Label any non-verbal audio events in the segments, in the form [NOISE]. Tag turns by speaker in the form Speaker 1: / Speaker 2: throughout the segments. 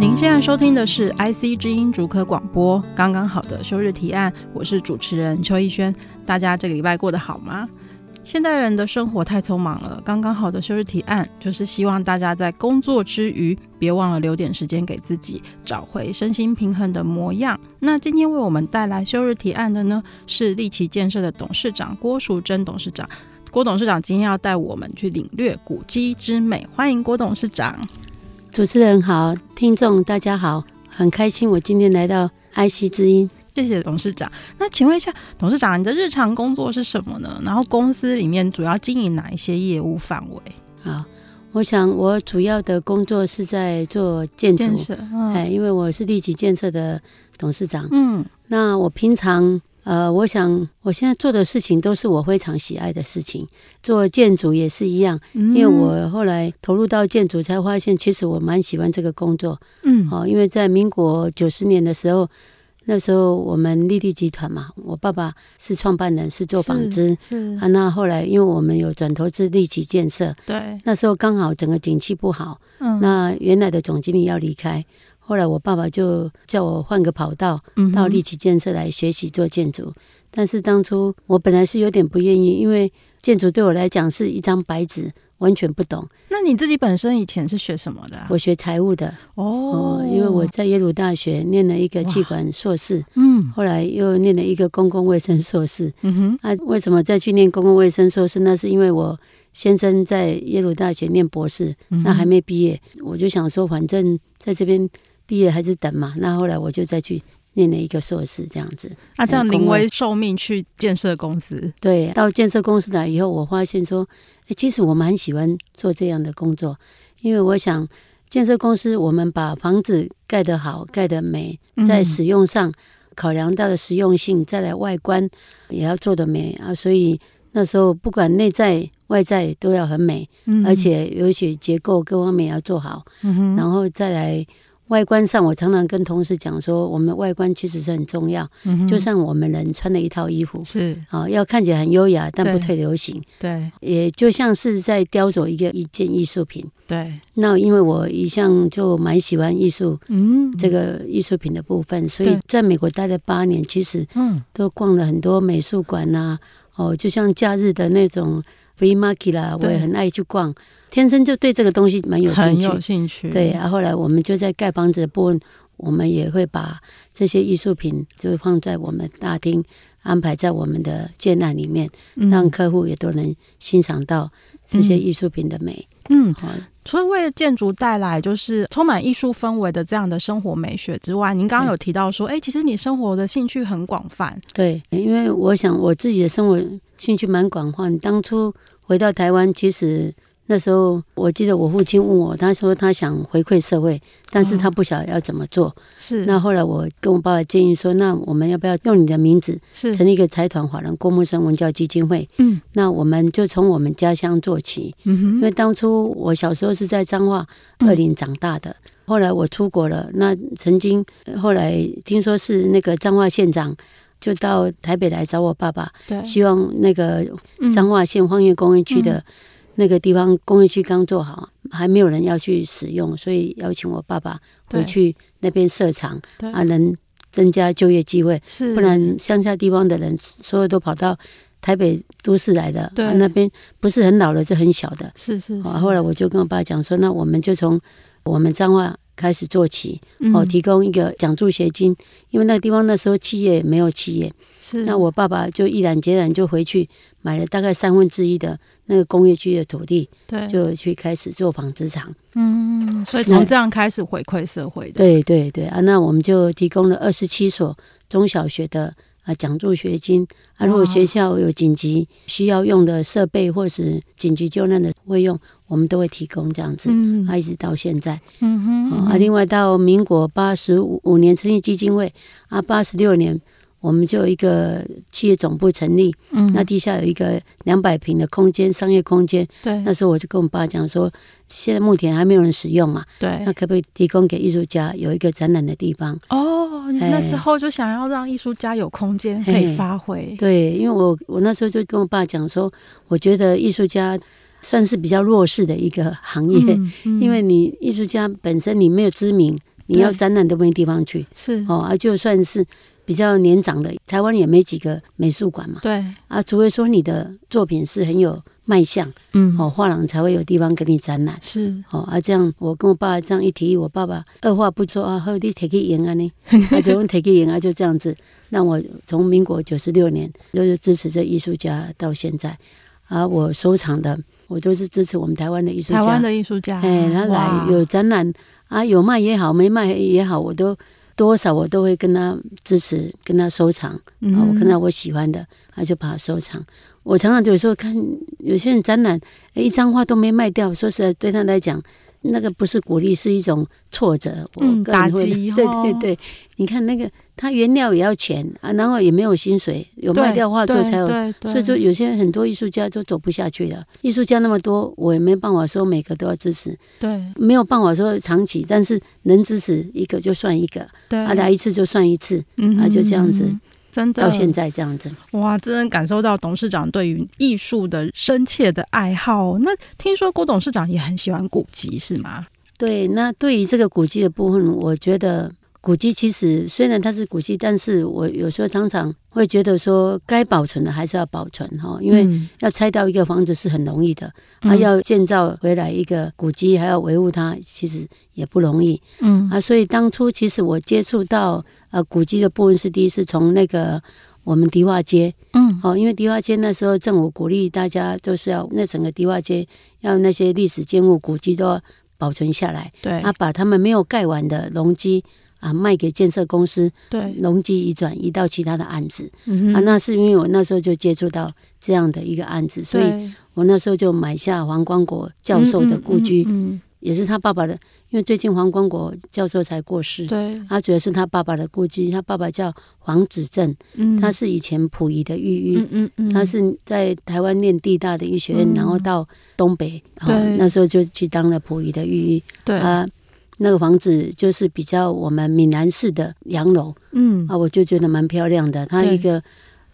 Speaker 1: 您现在收听的是 IC 之音竹科广播，刚刚好的休日提案，我是主持人邱逸轩。大家这个礼拜过得好吗？现代人的生活太匆忙了，刚刚好的休日提案就是希望大家在工作之余，别忘了留点时间给自己，找回身心平衡的模样。那今天为我们带来休日提案的呢，是立奇建设的董事长郭淑珍董事长。郭董事长今天要带我们去领略古迹之美，欢迎郭董事长。
Speaker 2: 主持人好，听众大家好，很开心我今天来到爱惜之音。
Speaker 1: 谢谢董事长。那请问一下，董事长，你的日常工作是什么呢？然后公司里面主要经营哪一些业务范围？
Speaker 2: 啊，我想我主要的工作是在做建筑，
Speaker 1: 建设，
Speaker 2: 哎，
Speaker 1: 嗯
Speaker 2: 因为我是立即建设的董事长。
Speaker 1: 嗯
Speaker 2: 那我平常呃，我想我现在做的事情都是我非常喜爱的事情，做建筑也是一样，
Speaker 1: 嗯
Speaker 2: 因为我后来投入到建筑，才发现其实我蛮喜欢这个工作。
Speaker 1: 嗯
Speaker 2: 哦，因为在民国九十年的时候，那时候我们丽丽集团嘛，我爸爸是创办人，是做纺织
Speaker 1: 是嗯
Speaker 2: 啊。那后来因为我们有转投资立即建设，
Speaker 1: 对，
Speaker 2: 那时候刚好整个景气不好，
Speaker 1: 嗯
Speaker 2: 那原来的总经理要离开，后来我爸爸就叫我换个跑道，到立
Speaker 1: 底
Speaker 2: 即建设来学习做建筑。但是当初我本来是有点不愿意，因为建筑对我来讲是一张白纸，完全不懂。
Speaker 1: 那你自己本身以前是学什么的啊？
Speaker 2: 我学财务的，
Speaker 1: 哦
Speaker 2: 哦，，因为我在耶鲁大学念了一个
Speaker 1: 哇
Speaker 2: 气管硕士，
Speaker 1: 嗯
Speaker 2: 后来又念了一个公共卫生硕士。
Speaker 1: 嗯哼
Speaker 2: 啊，为什么再去念公共卫生硕士？那是因为我先生在耶鲁大学念博士，
Speaker 1: 嗯哼，
Speaker 2: 那还没毕业，我就想说，反正在这边毕业还是等嘛。那后来我就再去念了一个硕士，这样子。
Speaker 1: 那啊这样
Speaker 2: 呃
Speaker 1: 临
Speaker 2: 公
Speaker 1: 危
Speaker 2: 卫
Speaker 1: 受命去建设公司，
Speaker 2: 对，到建设公司来以后，我发现说，诶其实我蛮喜欢做这样的工作，因为我想建设公司，我们把房子盖得好、盖得美，在
Speaker 1: 嗯
Speaker 2: 使用上、考量到的实用性，再来外观也要做得美啊。所以那时候不管内在、外在都要很美，
Speaker 1: 嗯
Speaker 2: 而且尤其结构各方面也要做好，
Speaker 1: 嗯哼
Speaker 2: 然后再来。外观上，我常常跟同事讲说，我们的外观其实是很重要，
Speaker 1: 嗯哼
Speaker 2: 就像我们人穿的一套衣服，
Speaker 1: 是
Speaker 2: 啊、要看起来很优雅，但不
Speaker 1: 对
Speaker 2: 退流行，
Speaker 1: 对
Speaker 2: 也就像是在雕琢一个一件艺术品。
Speaker 1: 对，
Speaker 2: 那因为我一向就蛮喜欢艺术
Speaker 1: 嗯
Speaker 2: 这个艺术品的部分，所以
Speaker 1: 对
Speaker 2: 在美国待了八年，其实
Speaker 1: 嗯
Speaker 2: 都逛了很多美术馆呐、哦，就像假日的那种 free market 啦，我
Speaker 1: 对
Speaker 2: 也很爱去逛，天生就对这个东西蛮有兴
Speaker 1: 很
Speaker 2: 趣。
Speaker 1: 有兴趣，
Speaker 2: 对啊，后来我们就在盖房子的部分，我们也会把这些艺术品就放在我们大厅，安排在我们的建案里面。
Speaker 1: 嗯，
Speaker 2: 让客户也都能欣赏到这些艺术品的美。哦
Speaker 1: 嗯
Speaker 2: 好、
Speaker 1: 除了为建筑带来就是充满艺术氛围的这样的生活美学之外，您刚刚有提到说，哎、其实你生活的兴趣很广泛，
Speaker 2: 对，因为我想我自己的生活兴趣蛮广泛。当初回到台湾，其实那时候我记得我父亲问我，他说他想回馈社会，但是他不晓得要怎么做。
Speaker 1: 嗯是
Speaker 2: 那后来我跟我爸爸建议说，那我们要不要用你的名字
Speaker 1: 是
Speaker 2: 成立一个财团法人郭木生文教基金会？
Speaker 1: 嗯
Speaker 2: 那我们就从我们家乡做起。
Speaker 1: 嗯
Speaker 2: 因
Speaker 1: 哼
Speaker 2: 为当初我小时候是在彰化
Speaker 1: 嗯
Speaker 2: 二林长大的，后来我出国了，那曾经呃后来听说是那个彰化县长就到台北来找我爸爸，
Speaker 1: 对
Speaker 2: 希望那个
Speaker 1: 嗯
Speaker 2: 彰化县荒原工业区的那个地方工业区刚做好，还没有人要去使用，所以邀请我爸爸回
Speaker 1: 对
Speaker 2: 去那边设厂
Speaker 1: 对
Speaker 2: 啊，能增加就业机会。
Speaker 1: 嗯是
Speaker 2: 不然乡下地方的人，所有都跑到台北都市来的，
Speaker 1: 对
Speaker 2: 啊、那边不是很老的，是很小的。
Speaker 1: 是是是
Speaker 2: 啊，后来我就跟我爸讲说，那我们就从我们彰化开始做起，哦，
Speaker 1: 嗯
Speaker 2: 提供一个奖助学金，因为那个地方那时候企业也没有企业，
Speaker 1: 是
Speaker 2: 那我爸爸就毅然决然就回去买了大概三分之一的那个工业区的土地，
Speaker 1: 对
Speaker 2: 就去开始做纺织厂。
Speaker 1: 嗯，所以
Speaker 2: 那
Speaker 1: 从这样开始回馈社会的，
Speaker 2: 对对对啊，那我们就提供了二十七所中小学的啊奖助学金啊，如果
Speaker 1: 哇
Speaker 2: 学校有紧急需要用的设备或是紧急救难的费用，我我们都会提供这样子。
Speaker 1: 嗯
Speaker 2: 啊，一直到现在、
Speaker 1: 嗯哼
Speaker 2: 哦、啊，另外到民国八十五五年成立基金会啊，八十六年我们就有一个企业总部成立，
Speaker 1: 嗯
Speaker 2: 那地下有一个两百平的空间，商业空间。
Speaker 1: 对
Speaker 2: 那时候我就跟我爸讲说，现在目前还没有人使用嘛，
Speaker 1: 对
Speaker 2: 那可不可以提供给艺术家有一个展览的地方？
Speaker 1: 哦，你那
Speaker 2: 哎
Speaker 1: 时候就想要让艺术家有空间可以发挥，
Speaker 2: 对，因为我我那时候就跟我爸讲说，我觉得艺术家算是比较弱势的一个行业，
Speaker 1: 嗯嗯
Speaker 2: 因为你艺术家本身你没有知名，你要
Speaker 1: 对
Speaker 2: 展览都没地方去
Speaker 1: 是
Speaker 2: 哦，啊，就算是比较年长的，台湾也没几个美术馆嘛，
Speaker 1: 对，
Speaker 2: 啊，除非说你的作品是很有卖相
Speaker 1: 嗯
Speaker 2: 哦，画廊才会有地方给你展览。
Speaker 1: 是
Speaker 2: 哦，啊，这样我跟我爸这样一提议，我爸爸二话不说啊，好，你提去赢啊呢，啊，就用提去赢啊，就这样子，让我从民国九十六年就是支持这艺术家到现在，啊，我收藏的我都是支持我们台湾的艺术家，
Speaker 1: 台湾的艺术家，
Speaker 2: 哎，他
Speaker 1: 啊哇
Speaker 2: 来有展览啊，有卖也好，没卖也好，我都多少我都会跟他支持，跟他收藏。
Speaker 1: 嗯
Speaker 2: 啊，我看到我喜欢的，他就把它收藏。我常常有时候看有些人展览，哎诶一张画都没卖掉，说实在对他来讲，那个不是鼓励，是一种挫折。我
Speaker 1: 嗯
Speaker 2: 个人会
Speaker 1: 打击
Speaker 2: [LAUGHS] 对
Speaker 1: 哦
Speaker 2: 对对，你看那个他原料也要钱啊，然后也没有薪水，有卖
Speaker 1: 对
Speaker 2: 掉画作
Speaker 1: 对
Speaker 2: 才有。
Speaker 1: 对
Speaker 2: 所以说，有些很多艺术家都走不下去了。艺术家那么多，我也没办法说每个都要支持，
Speaker 1: 对
Speaker 2: 没有办法说长期，但是能支持一个就算一个，
Speaker 1: 对，
Speaker 2: 啊，来一次就算一次，
Speaker 1: 嗯
Speaker 2: 啊就这样子，
Speaker 1: 嗯嗯嗯真的
Speaker 2: 到现在这样子。
Speaker 1: 哇，真能感受到董事长对于艺术的深切的爱好哦。那听说郭董事长也很喜欢古籍是吗？
Speaker 2: 对，那对于这个古迹的部分，我觉得古迹其实虽然它是古迹，但是我有时候常常会觉得说，该保存的还是要保存哈，因为
Speaker 1: 嗯
Speaker 2: 要拆掉一个房子是很容易的，啊，
Speaker 1: 嗯
Speaker 2: 要建造回来一个古迹，还要维护它，其实也不容易
Speaker 1: 嗯
Speaker 2: 啊。所以当初其实我接触到呃古迹的部分是第一是从那个。我们迪化街
Speaker 1: 嗯
Speaker 2: 哦，因为迪化街那时候政府鼓励大家就是要那整个迪化街要那些历史建物古迹都要保存下来，
Speaker 1: 对
Speaker 2: 啊，把他们没有盖完的容积啊卖给建设公司，
Speaker 1: 对
Speaker 2: 容积移转移到其他的案子、
Speaker 1: 嗯
Speaker 2: 啊。
Speaker 1: 哼
Speaker 2: 那是因为我那时候就接触到这样的一个案子，所以
Speaker 1: 对
Speaker 2: 我那时候就买下黄光国教授的故居，
Speaker 1: 嗯嗯嗯
Speaker 2: 也是他爸爸的，因为最近黄光国教授才过世
Speaker 1: 嗯。对，
Speaker 2: 他主要是他爸爸的故居，他爸爸叫黄子正，
Speaker 1: 嗯
Speaker 2: 他是以前溥仪的御医，
Speaker 1: 嗯嗯嗯，
Speaker 2: 他是在台湾念地大的医学院，
Speaker 1: 嗯
Speaker 2: 然后到东北，哦
Speaker 1: 对
Speaker 2: 那时候就去当了溥仪的御医，
Speaker 1: 对
Speaker 2: 啊，那个房子就是比较我们闽南式的洋楼
Speaker 1: 嗯
Speaker 2: 啊，我就觉得蛮漂亮的。它
Speaker 1: 对
Speaker 2: 一个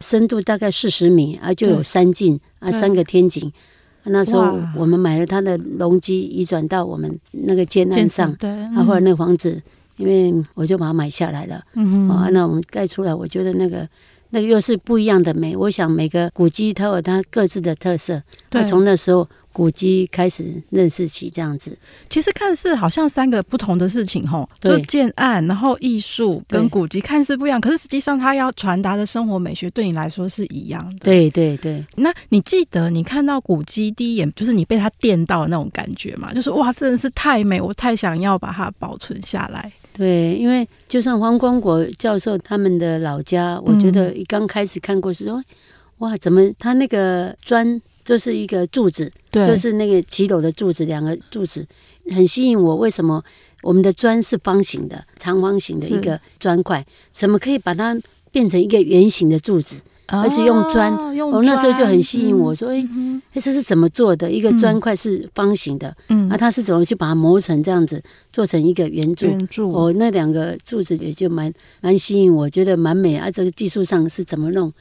Speaker 2: 深度大概四十米啊，就有
Speaker 1: 对
Speaker 2: 三进啊，
Speaker 1: 对
Speaker 2: 三个天井。啊那时候
Speaker 1: 哇
Speaker 2: 我们买了它的容积，移转到我们那个建案
Speaker 1: 建
Speaker 2: 上
Speaker 1: 上，对，
Speaker 2: 啊，后来
Speaker 1: 嗯
Speaker 2: 那个房子，因为我就把它买下来了。
Speaker 1: 嗯
Speaker 2: 啊，
Speaker 1: 哼
Speaker 2: 那我们盖出来，我觉得那个。那个又是不一样的美，我想每个古迹它有它各自的特色。
Speaker 1: 对
Speaker 2: 那从那时候古迹开始认识起这样子，
Speaker 1: 其实看似好像三个不同的事情吼，
Speaker 2: 对
Speaker 1: 就建案，然后艺术跟
Speaker 2: 对
Speaker 1: 古籍看似不一样，可是实际上它要传达的生活美学对你来说是一样的。，
Speaker 2: 对对对，
Speaker 1: 那你记得你看到古迹第一眼就是你被它电到的那种感觉吗？就是哇，真的是太美，我太想要把它保存下来。
Speaker 2: 对，因为就算黄光国教授他们的老家，我
Speaker 1: 嗯
Speaker 2: 觉得一刚开始看过是说，哇，怎么他那个砖就是一个柱子，
Speaker 1: 对
Speaker 2: 就是那个骑楼的柱子，两个柱子很吸引我。为什么我们的砖是方形的、长方形的
Speaker 1: 是
Speaker 2: 一个砖块，怎么可以把它变成一个圆形的柱子？而且用砖
Speaker 1: 哦用
Speaker 2: 我那时候就很吸引我，
Speaker 1: 砖
Speaker 2: 说，哎、
Speaker 1: 嗯
Speaker 2: 哎，这是怎么做的？一个砖块是方形的，
Speaker 1: 嗯
Speaker 2: 啊，它是怎么去把它磨成这样子，做成一个圆柱？
Speaker 1: 原著
Speaker 2: 哦，那两个柱子也就蛮蛮吸引我，觉得蛮美啊。这个技术上是怎么弄？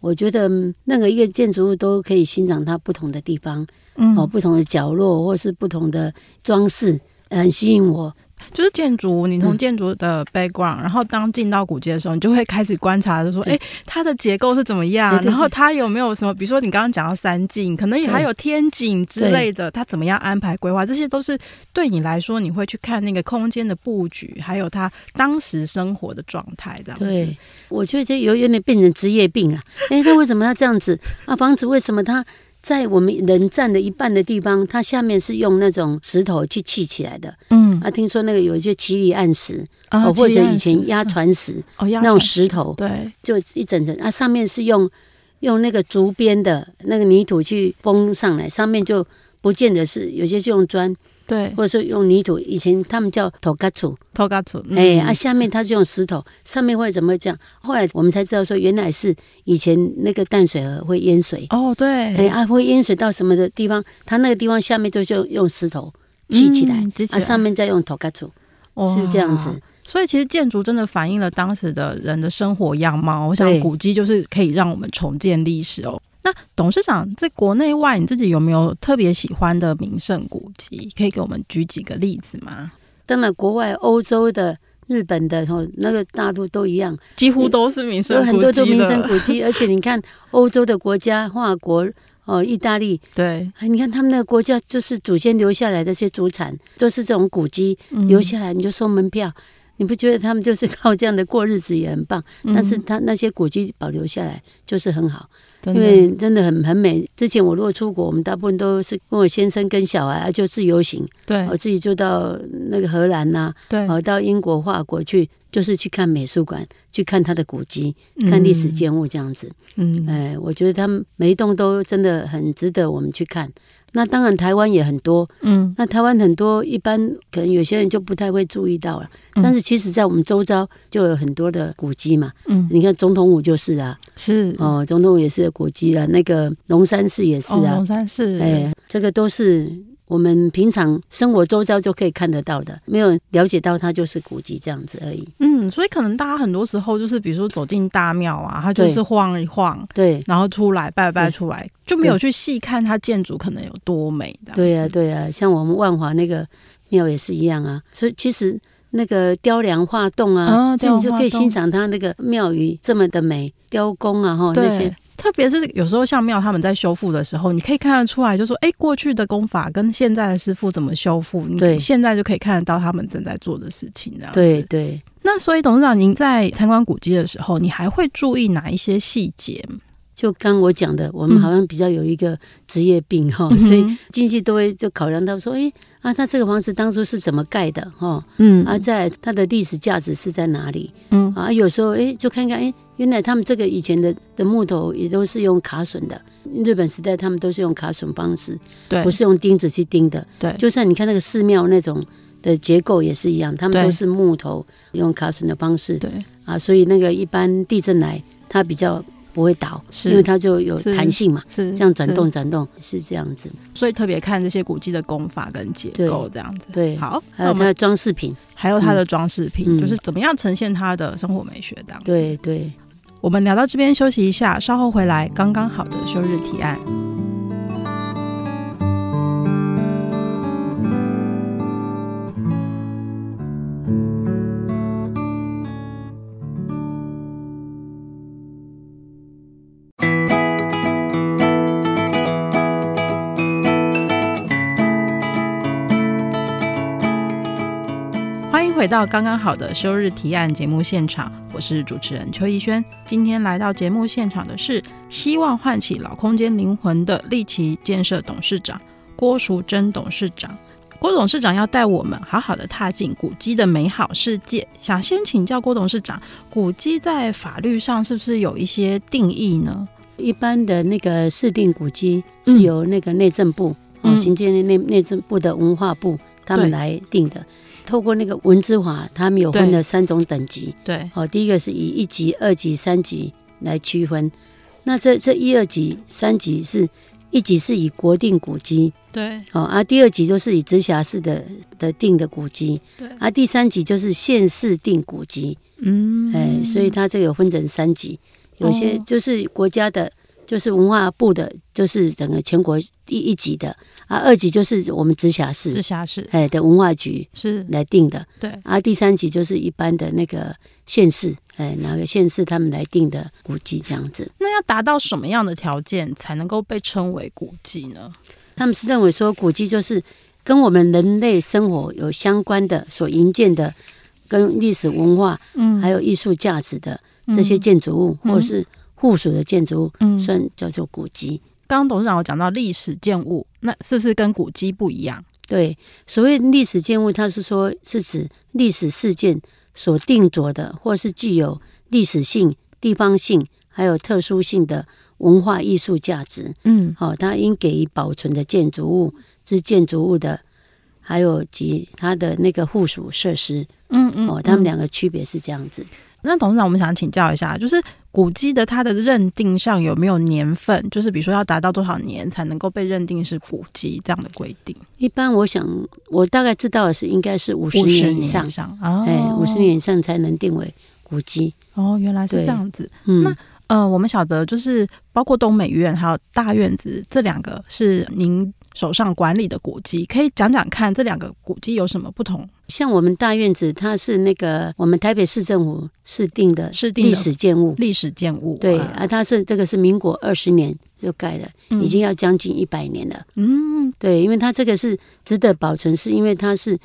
Speaker 2: 我觉得嗯那个一个建筑物都可以欣赏它不同的地方，
Speaker 1: 嗯
Speaker 2: 哦，不同的角落或是不同的装饰，很吸引我。
Speaker 1: 就是建筑，你从
Speaker 2: 嗯
Speaker 1: 建筑的 background，、然后当进到古街的时候，你就会开始观察，就说，哎、
Speaker 2: 对
Speaker 1: 它的结构是怎么样，
Speaker 2: 嗯对对对
Speaker 1: 然后它有没有什么，比如说你刚刚讲到三进，可能也还有天井之类的，它怎么样安排规划，这些都是对你来说，你会去看那个空间的布局，还有它当时生活的状态，这样子。
Speaker 2: 对，我觉得这有有点变成职
Speaker 1: [LAUGHS]
Speaker 2: 业病了、哎，那为什么要这样子啊？房子为什么它在我们人占的一半的地方，它下面是用那种石头去砌起来的？
Speaker 1: 嗯，
Speaker 2: 啊，听说那个有一些奇里暗石，
Speaker 1: 啊
Speaker 2: 哦，或
Speaker 1: 既
Speaker 2: 者
Speaker 1: 然
Speaker 2: 以前
Speaker 1: 是
Speaker 2: 压船石、
Speaker 1: 哦压
Speaker 2: 那种
Speaker 1: 船
Speaker 2: 石头，
Speaker 1: 对
Speaker 2: 就一整层啊，上面是用用那个竹编的那个泥土去封上来，上面就不见得是有些是用砖，
Speaker 1: 对，
Speaker 2: 或者说用泥土。以前他们叫土嘎土，
Speaker 1: 托嘎土，嗯
Speaker 2: 哎、啊，下面它是用石头，上面会怎么会这样？后来我们才知道说，原来是以前那个淡水河会淹水，
Speaker 1: 哦，
Speaker 2: 哎
Speaker 1: 对，
Speaker 2: 啊，会淹水到什么的地方？它那个地方下面就是用用石头砌起来，
Speaker 1: 嗯起
Speaker 2: 啊，
Speaker 1: 来
Speaker 2: 上面再用土嘎土，
Speaker 1: 哇
Speaker 2: 是这样子。
Speaker 1: 所以其实建筑真的反映了当时的人的生活样貌。我想
Speaker 2: 对
Speaker 1: 古迹就是可以让我们重建历史哦。那董事长在国内外，你自己有没有特别喜欢的名胜古迹？可以给我们举几个例子吗？
Speaker 2: 当然，国外欧洲的、日本的，吼，那个大陆都一样，
Speaker 1: 几乎都是名胜
Speaker 2: 有
Speaker 1: 古迹
Speaker 2: 很多都名胜
Speaker 1: 了
Speaker 2: 古
Speaker 1: [LAUGHS]
Speaker 2: 迹。而且你看，欧洲的国家，法国、哦，意大利，
Speaker 1: 对，
Speaker 2: 啊，你看他们那个国家，就是祖先留下来的这些祖产，都是这种古迹
Speaker 1: 嗯
Speaker 2: 留下来，你就收门票。你不觉得他们就是靠这样的过日子也很棒？但是他那些古迹保留下来就是很好。
Speaker 1: 嗯真
Speaker 2: 因
Speaker 1: 的
Speaker 2: 为真的很很美。之前我如果出国，我们大部分都是跟我先生跟小孩啊就自由行，
Speaker 1: 对
Speaker 2: 我自己就到那个荷兰呐、
Speaker 1: 对
Speaker 2: 啊，，哦到英国、法国去，就是去看美术馆，去看它的古迹，看历史建物这样子。
Speaker 1: 嗯，嗯，
Speaker 2: 哎、我觉得他们每一栋都真的很值得我们去看。那当然，台湾也很多。
Speaker 1: 嗯，
Speaker 2: 那台湾很多，一般可能有些人就不太会注意到了。
Speaker 1: 嗯
Speaker 2: 但是其实，在我们周遭就有很多的古迹嘛。
Speaker 1: 嗯，
Speaker 2: 你看总统府就是啊，
Speaker 1: 是
Speaker 2: 哦，总统也是古迹啦，那个龙山寺也是
Speaker 1: 哦
Speaker 2: 啊
Speaker 1: 龙，山寺，
Speaker 2: 哎，这个都是我们平常生活周遭就可以看得到的，没有了解到它就是古迹这样子而已。
Speaker 1: 嗯，所以可能大家很多时候就是，比如说走进大庙啊，它就
Speaker 2: 对
Speaker 1: 是晃一晃，
Speaker 2: 对，
Speaker 1: 然后出来拜拜
Speaker 2: 对
Speaker 1: 出来，就没有
Speaker 2: 对
Speaker 1: 去细看它建筑可能有多美的。
Speaker 2: 对啊，对啊，像我们万华那个庙也是一样啊，所以其实。那个雕梁画栋啊，
Speaker 1: 哦
Speaker 2: 所以你就可
Speaker 1: 雕
Speaker 2: 以
Speaker 1: 梁画栋
Speaker 2: 欣赏它那个庙宇这么的美，雕工啊，哈那些
Speaker 1: 对，特别是有时候像庙他们在修复的时候，你可以看得出来，就说哎，诶过去的功法跟现在的师傅怎么修复，你
Speaker 2: 对
Speaker 1: 现在就可以看得到他们正在做的事情。这样子
Speaker 2: 对。对，
Speaker 1: 那所以董事长，您在参观古迹的时候，你还会注意哪一些细节？
Speaker 2: 就刚我讲的，我们
Speaker 1: 嗯
Speaker 2: 好像比较有一个职业病哈、
Speaker 1: 嗯哼
Speaker 2: 所以经济都会就考量到说，诶啊，那这个房子当初是怎么盖的哈、
Speaker 1: 嗯
Speaker 2: 啊，在它的历史价值是在哪里
Speaker 1: 嗯
Speaker 2: 啊？有时候诶就看看诶，原来他们这个以前的的木头也都是用卡榫的，日本时代他们都是用卡榫方式，
Speaker 1: 对，嗯
Speaker 2: 不是用钉子去钉的。
Speaker 1: 对，
Speaker 2: 就算你看那个寺庙那种的结构也是一样，他们
Speaker 1: 对
Speaker 2: 都是木头用卡榫的方式
Speaker 1: 对
Speaker 2: 啊，所以那个一般地震来它比较不会倒，
Speaker 1: 是
Speaker 2: 因为它就有
Speaker 1: 是
Speaker 2: 弹性嘛。
Speaker 1: 是
Speaker 2: 这样转
Speaker 1: 是
Speaker 2: 动转动是这样子，
Speaker 1: 所以特别看这些古迹的功法跟结构这样子。
Speaker 2: 对，
Speaker 1: 好，那
Speaker 2: 还
Speaker 1: 我
Speaker 2: 有它
Speaker 1: 们嗯
Speaker 2: 的装饰品，
Speaker 1: 还有它的装饰品，
Speaker 2: 嗯
Speaker 1: 就是怎么样呈现它的生活美学这样。，
Speaker 2: 对对。
Speaker 1: 我们聊到这边休息一下，稍后回来刚刚好的休日提案。欢迎回到刚刚好的休日提案节目现场，我是主持人邱逸轩。今天来到节目现场的是希望唤起老空间灵魂的立奇建设董事长郭淑珍董事长。郭董事长要带我们好好的踏进古迹的美好世界。想先请教郭董事长，古迹在法律上是不是有一些定义呢？
Speaker 2: 一般的那个市定古迹
Speaker 1: 嗯
Speaker 2: 是由那个内政部、
Speaker 1: 嗯
Speaker 2: 哦，行政内内政部的文化部他
Speaker 1: 对
Speaker 2: 们来定的。透过那个文字法，他们有分
Speaker 1: 对
Speaker 2: 了三种等级。
Speaker 1: 对，
Speaker 2: 哦，第一个是以一级、二级、三级来区分。那这这一二级、三级是一级是以国定古迹
Speaker 1: 对，
Speaker 2: 哦，啊，第二级就是以直辖市的的定的古迹，
Speaker 1: 对
Speaker 2: 啊，第三级就是县市定古迹。
Speaker 1: 嗯
Speaker 2: 哎，所以它这个有分成三级，有些
Speaker 1: 哦
Speaker 2: 就是国家的，就是文化部的，就是整个全国第一级的啊，二级就是我们直辖
Speaker 1: 直
Speaker 2: 市
Speaker 1: 辖市
Speaker 2: 哎的文化局
Speaker 1: 是，
Speaker 2: 来定的
Speaker 1: 对，
Speaker 2: 啊，第三级就是一般的那个县市，哎，哪个县市他们来定的古迹这样子。
Speaker 1: 那要达到什么样的条件才能够被称为古迹呢？
Speaker 2: 他们是认为说古迹就是跟我们人类生活有相关的所营建的，跟历史文化
Speaker 1: 嗯
Speaker 2: 还有艺术价值的这些建筑物，
Speaker 1: 嗯
Speaker 2: 或者是附属的建筑物，
Speaker 1: 嗯，
Speaker 2: 算叫做古迹。
Speaker 1: 刚刚董事长有讲到历史建物，那是不是跟古迹不一样？
Speaker 2: 对，所谓历史建物，它是说是指历史事件所定着的，或是具有历史性、地方性还有特殊性的文化艺术价值。
Speaker 1: 嗯
Speaker 2: 好、它应给予保存的建筑物之建筑物的，还有及它的那个附属设施。
Speaker 1: 嗯嗯
Speaker 2: 哦，他们两个区别是这样子。
Speaker 1: 那董事长，我们想请教一下，就是古迹的它的认定上有没有年份？就是比如说要达到多少年才能够被认定是古迹这样的规定？
Speaker 2: 一般我想，我大概知道的是应该是五十
Speaker 1: 50
Speaker 2: 以上
Speaker 1: 以，上哦，
Speaker 2: 哎，五十年以上才能定为古迹。
Speaker 1: 哦，原来是
Speaker 2: 对
Speaker 1: 这样子。
Speaker 2: 嗯
Speaker 1: 那，呃，我们晓得就是包括东美院还有大院子这两个是您手上管理的古迹，可以讲讲看这两个古迹有什么不同？
Speaker 2: 像我们大院子，它是那个我们台北市政府是定的
Speaker 1: 是定的
Speaker 2: 历史建物，
Speaker 1: 历史建物
Speaker 2: 对
Speaker 1: 啊
Speaker 2: 啊，它是这个是民国二十年就盖的，
Speaker 1: 嗯
Speaker 2: 已经要将近一百年了。
Speaker 1: 嗯
Speaker 2: 对，因为它这个是值得保存，是因为它是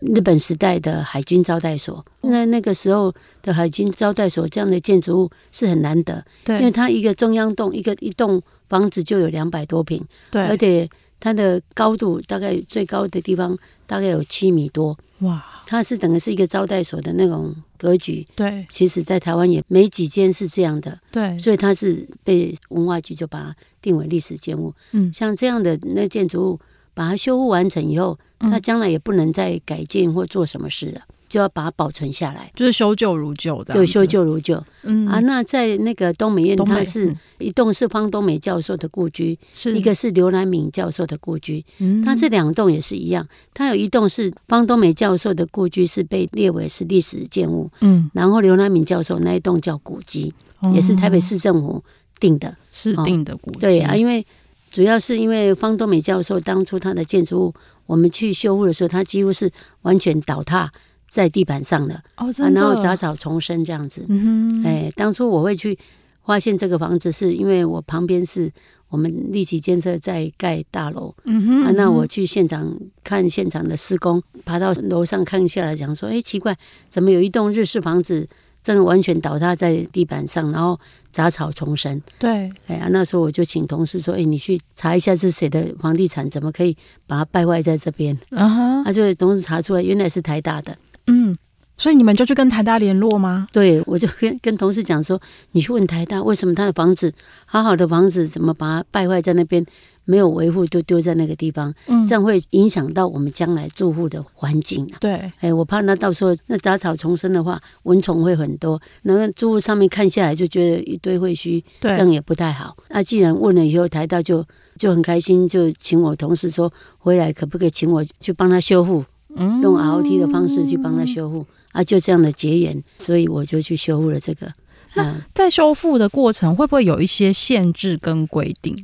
Speaker 2: 日本时代的海军招待所。那那个时候的海军招待所这样的建筑物是很难得，因为
Speaker 1: 对
Speaker 2: 它一个中央栋，一个一栋房子就有两百多平，而
Speaker 1: 对
Speaker 2: 且它的高度大概最高的地方大概有七米多。
Speaker 1: 哇
Speaker 2: 它是等于是一个招待所的那种格局，
Speaker 1: 对
Speaker 2: 其实在台湾也没几间是这样的，
Speaker 1: 对
Speaker 2: 所以它是被文化局就把它定为历史建物。
Speaker 1: 嗯
Speaker 2: 像这样的那建筑物，把它修复完成以后，
Speaker 1: 嗯
Speaker 2: 它将来也不能再改建或做什么事了，就要把它保存下来，
Speaker 1: 就是修旧如旧这样子，
Speaker 2: 就修旧如旧、
Speaker 1: 嗯
Speaker 2: 啊。那在那个东美院，
Speaker 1: 东
Speaker 2: 它
Speaker 1: 美
Speaker 2: 是
Speaker 1: 嗯
Speaker 2: 一栋是方东美教授的故居，
Speaker 1: 是
Speaker 2: 一个是刘兰敏教授的故居。
Speaker 1: 嗯
Speaker 2: 它这两栋也是一样，它有一栋是方东美教授的故居，是被列为是历史建物，
Speaker 1: 嗯
Speaker 2: 然后刘兰敏教授那一栋叫古迹，也是台北
Speaker 1: 哦
Speaker 2: 市政府定的。
Speaker 1: 市
Speaker 2: 哦
Speaker 1: 定的古迹，
Speaker 2: 对啊，因为主要是因为方东美教授当初他的建筑物，我们去修复的时候，他几乎是完全倒塌在地板上的，
Speaker 1: 哦
Speaker 2: 啊、
Speaker 1: 真的，
Speaker 2: 然后杂草丛生这样子。
Speaker 1: 嗯哼，
Speaker 2: 哎，当初我会去发现这个房子，是因为我旁边是我们立即建设在盖大楼，
Speaker 1: 嗯哼，
Speaker 2: 啊，那
Speaker 1: 嗯哼
Speaker 2: 我去现场看现场的施工，爬到楼上看下来，讲说，哎，奇怪，怎么有一栋日式房子真的完全倒塌在地板上，然后杂草丛生？
Speaker 1: 对
Speaker 2: 哎呀，那时候我就请同事说，哎，你去查一下是谁的房地产，怎么可以把它败坏在这边？
Speaker 1: 啊哈
Speaker 2: 啊，就同事查出来，原来是台大的。
Speaker 1: 嗯，所以你们就去跟台大联络吗？
Speaker 2: 对，我就跟跟同事讲说，你去问台大，为什么他的房子好好的房子，怎么把它败坏在那边，没有维护就丢在那个地方，
Speaker 1: 嗯
Speaker 2: 这样会影响到我们将来住户的环境啊。
Speaker 1: 对
Speaker 2: 哎，我怕那到时候那杂草丛生的话，蚊虫会很多。那个住户上面看下来就觉得一堆废墟，这
Speaker 1: 对，
Speaker 2: 样也不太好。那既然问了以后，台大就就很开心，就请我同事说回来可不可以请我去帮他修复，
Speaker 1: 嗯
Speaker 2: 用 ROT 的方式去帮他修复、啊，就这样的结缘，所以我就去修复了这个。啊，
Speaker 1: 在修复的过程会不会有一些限制跟规定？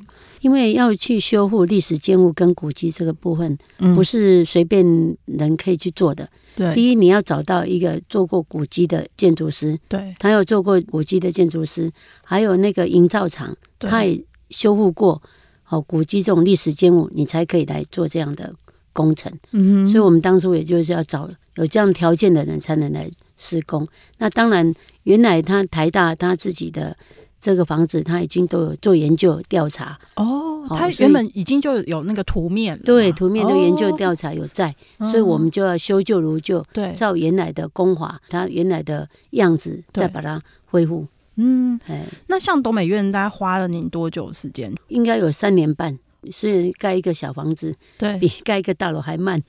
Speaker 2: 因为要去修复历史建物跟古迹这个部分，
Speaker 1: 嗯
Speaker 2: 不
Speaker 1: 是
Speaker 2: 是随便人可以去做的。
Speaker 1: 对
Speaker 2: 第一，你要找到一个做过古迹的建筑师，
Speaker 1: 对
Speaker 2: 他有做过古迹的建筑师，还有那个营造厂，
Speaker 1: 对
Speaker 2: 他也修复过哦古迹这种历史建物，你才可以来做这样的工程。
Speaker 1: 嗯哼，
Speaker 2: 所以我们当初也就是要找有这样条件的人才能来施工。那当然，原来他台大他自己的这个房子，他已经都有做研究调查，
Speaker 1: 哦，
Speaker 2: 哦
Speaker 1: 它
Speaker 2: 所以
Speaker 1: 原本已经就有那个图面了嘛，
Speaker 2: 对图面的研究
Speaker 1: 哦
Speaker 2: 调查有在，
Speaker 1: 嗯
Speaker 2: 所以我们就要修旧如旧，
Speaker 1: 对
Speaker 2: 照原来的工法，它原来的样子
Speaker 1: 对
Speaker 2: 再把它恢复。
Speaker 1: 嗯，
Speaker 2: 哎，
Speaker 1: 那像东美院大概花了您多久时间？
Speaker 2: 应该有三年半。所以盖一个小房子
Speaker 1: 对
Speaker 2: 比盖一个大楼还慢，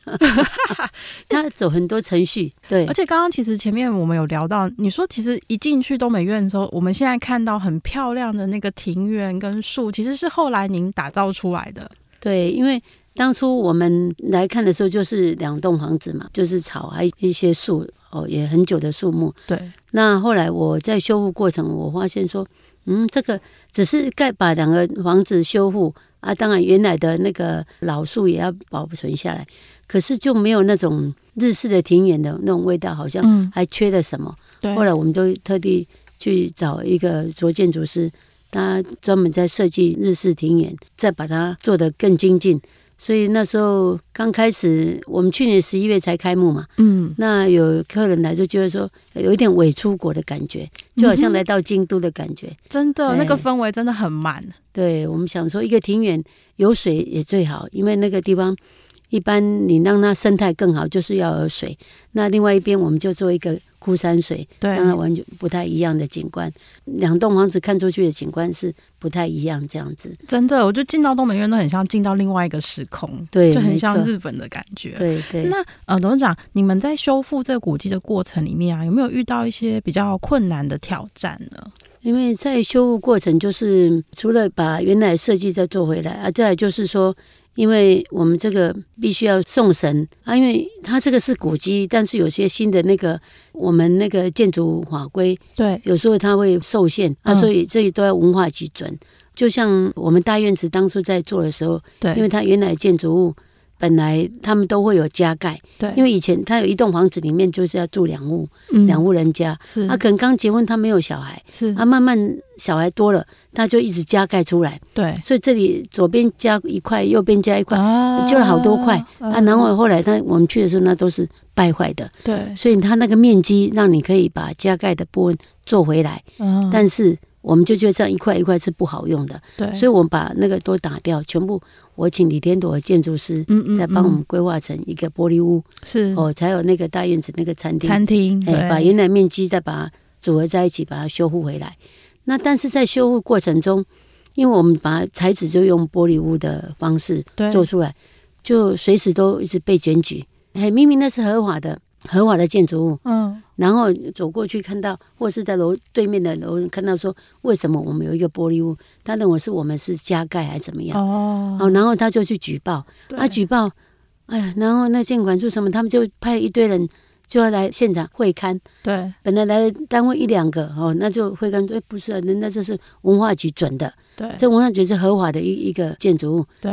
Speaker 2: [LAUGHS] 他走很多程序。对
Speaker 1: 而，且刚刚其实前面我们有聊到，你说其实一进去东美院的时候，我们现在看到很漂亮的那个庭园跟树，其实是后来您打造出来的。
Speaker 2: 对，因为当初我们来看的时候，就是两栋房子嘛，就是草还有一些树哦，也很久的树木。
Speaker 1: 对，
Speaker 2: 那后来我在修复过程，我发现说，嗯，这个只是盖把两个房子修复啊，当然原来的那个老树也要保存下来，可是就没有那种日式的庭园的那种味道，好像
Speaker 1: 嗯，
Speaker 2: 还缺了什么。
Speaker 1: 对，
Speaker 2: 后来我们就特地去找一个卓建筑师，他专门在设计日式庭园，再把它做得更精进。所以那时候刚开始，我们去年十一月才开幕嘛，
Speaker 1: 嗯，
Speaker 2: 那有客人来就觉得说哎有一点伪出国的感觉，就好
Speaker 1: 嗯
Speaker 2: 像
Speaker 1: 哼
Speaker 2: 来到京都的感觉。
Speaker 1: 真的那个
Speaker 2: 哎
Speaker 1: 氛围真的很满，
Speaker 2: 对我们想说，一个庭园有水也最好，因为那个地方一般你让它生态更好，就是要有水。那另外一边我们就做一个枯山水，
Speaker 1: 对
Speaker 2: 让它完全不太一样的景观。两栋房子看出去的景观是不太一样，这样子。
Speaker 1: 真的，我觉得进到东门院都很像进到另外一个时空，
Speaker 2: 对
Speaker 1: 就很像
Speaker 2: 没错
Speaker 1: 日本的感觉。
Speaker 2: 对对，
Speaker 1: 那呃，董事长，你们在修复这个古迹的过程里面啊，有没有遇到一些比较困难的挑战呢？
Speaker 2: 因为在修复过程，就是除了把原来设计再做回来啊，再来就是说，因为我们这个必须要送神啊，因为它这个是古迹，但是有些新的那个我们那个建筑法规
Speaker 1: 对，
Speaker 2: 有时候它会受限啊，
Speaker 1: 嗯
Speaker 2: 所以这里都要文化基准。就像我们大院子当初在做的时候，
Speaker 1: 对，
Speaker 2: 因为它原来建筑物本来他们都会有加盖，
Speaker 1: 对，
Speaker 2: 因为以前它有一栋房子里面就是要住两户，
Speaker 1: 为
Speaker 2: 两户人家，
Speaker 1: 是
Speaker 2: 他、可能刚结婚，他没有小孩，
Speaker 1: 是
Speaker 2: 啊，慢慢小孩多了，他就一直加盖出来，
Speaker 1: 对
Speaker 2: 所以这里左边加一块，右边加一块。
Speaker 1: 啊
Speaker 2: 就好多块啊，然后后来他我们去的时候，那都是败坏的，
Speaker 1: 对，
Speaker 2: 所以它那个面积让你可以把加盖的部分做回来，
Speaker 1: 嗯
Speaker 2: 但是我们就觉得这样一块一块是不好用的，
Speaker 1: 对，
Speaker 2: 所以我们把那个都打掉，全部我请李天朵建筑师
Speaker 1: 嗯嗯，
Speaker 2: 再帮我们
Speaker 1: 嗯
Speaker 2: 规划成一个玻璃屋，
Speaker 1: 是
Speaker 2: 哦，才有那个大院子那个餐厅，
Speaker 1: 餐厅，嗯对
Speaker 2: 哎，把原来面积再把它组合在一起，把它修复回来。那但是在修复过程中，因为我们把材质就用玻璃屋的方式
Speaker 1: 对
Speaker 2: 做出来，就随时都一直被检举，哎，明明那是合法的合法的建筑物，
Speaker 1: 嗯
Speaker 2: 然后走过去看到，或是在楼对面的楼看到说，为什么我们有一个玻璃屋？他认为是我们是加盖还是怎么样？
Speaker 1: 哦，
Speaker 2: 哦，然后他就去举报，
Speaker 1: 对
Speaker 2: 啊，举报，哎呀，然后那监管处什么，他们就派一堆人就要来现场会勘。
Speaker 1: 对
Speaker 2: 本来来的单位一两个哦，那就会勘说，哎，不是、啊，人家这是文化局准的，
Speaker 1: 对
Speaker 2: 这文化局是合法的一一个建筑物。
Speaker 1: 对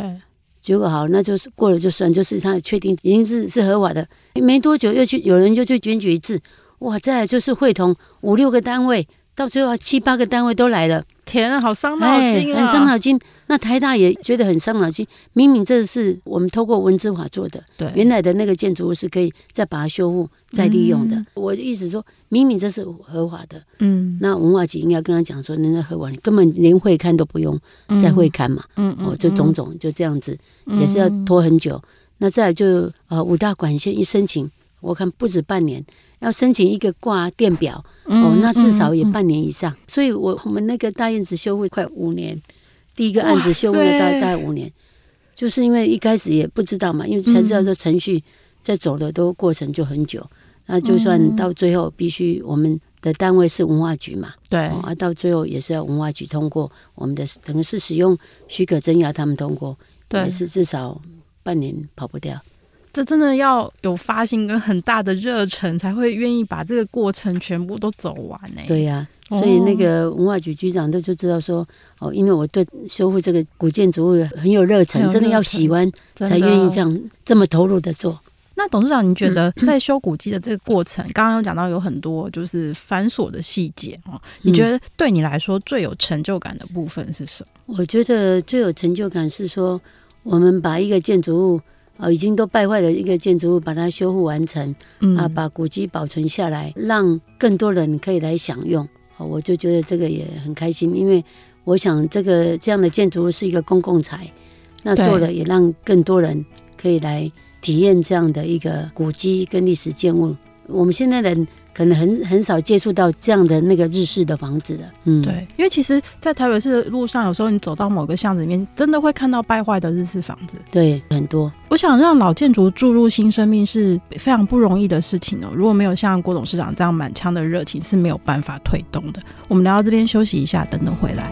Speaker 2: 结果好，那就是过了就算，就是他确定已经是是合法的，没多久又去有人就去检举一次，哇，再来就是会同五六个单位，到最后七八个单位都来了，
Speaker 1: 天啊，好伤脑筋啊，
Speaker 2: 哎很伤脑筋。那台大也觉得很伤脑筋，明明这是我们透过文字法做的，
Speaker 1: 对，
Speaker 2: 原来的那个建筑物是可以再把它修复、再利用的。
Speaker 1: 嗯
Speaker 2: 我的意思说，明明这是合法的，
Speaker 1: 嗯
Speaker 2: 那文化局应该跟他讲说，人家合法，你根本连会看都不用，
Speaker 1: 嗯
Speaker 2: 再会看嘛，
Speaker 1: 嗯
Speaker 2: 哦，就种种就这样子。也是要拖很久。那再来就呃五大管线一申请，我看不止半年，要申请一个挂电表、
Speaker 1: 嗯
Speaker 2: 哦，那至少也半年以上。所以我我们那个大院子修复快五年，第一个案
Speaker 1: 哇
Speaker 2: 子修复了大
Speaker 1: 塞
Speaker 2: 大概五年，就是因为一开始也不知道嘛，因为才知道
Speaker 1: 嗯
Speaker 2: 这程序在走的都过程就很久。那就算
Speaker 1: 嗯
Speaker 2: 到最后，必须我们的单位是文化局嘛，
Speaker 1: 对
Speaker 2: 哦，啊，到最后也是要文化局通过我们的可能是使用许可证要他们通过，
Speaker 1: 对
Speaker 2: 也，是至少半年跑不掉。
Speaker 1: 这真的要有发心跟很大的热忱，才会愿意把这个过程全部都走完欸呢。
Speaker 2: 对呀、
Speaker 1: 哦
Speaker 2: 所以那个文化局局长都就知道说，哦，因为我对修复这个古建筑物很有热忱
Speaker 1: 很，有
Speaker 2: 真的要
Speaker 1: 热忱
Speaker 2: 喜欢
Speaker 1: 真
Speaker 2: 才
Speaker 1: 的，
Speaker 2: 愿意这样嗯这么投入的做。
Speaker 1: 那董事长，你觉得在修古迹的这个过程，刚刚有讲到有很多就是繁琐的细节
Speaker 2: 嗯
Speaker 1: 哦，你觉得对你来说最有成就感的部分是什么？
Speaker 2: 我觉得最有成就感是说，我们把一个建筑物。哦，已经都败坏的一个建筑物，把它修复完成、
Speaker 1: 嗯
Speaker 2: 啊，把古迹保存下来，让更多人可以来享用。哦，我就觉得这个也很开心，因为我想这个这样的建筑物是一个公共财，那
Speaker 1: 对
Speaker 2: 做了也让更多人可以来体验这样的一个古迹跟历史建物。我们现在人可能很很少接触到这样的那个日式的房子了，嗯，
Speaker 1: 对，因为其实，在台北市的路上，有时候你走到某个巷子里面，真的会看到败坏的日式房子。
Speaker 2: 对，很多。
Speaker 1: 我想让老建筑注入新生命是非常不容易的事情哦。如果没有像郭董事长这样满腔的热情，是没有办法推动的。我们聊到这边休息一下，等等回来。